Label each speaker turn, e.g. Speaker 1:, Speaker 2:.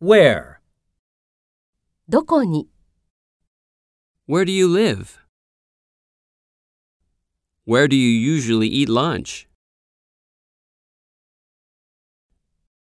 Speaker 1: Where?
Speaker 2: どこに
Speaker 3: Where do you live? Where do you usually eat lunch?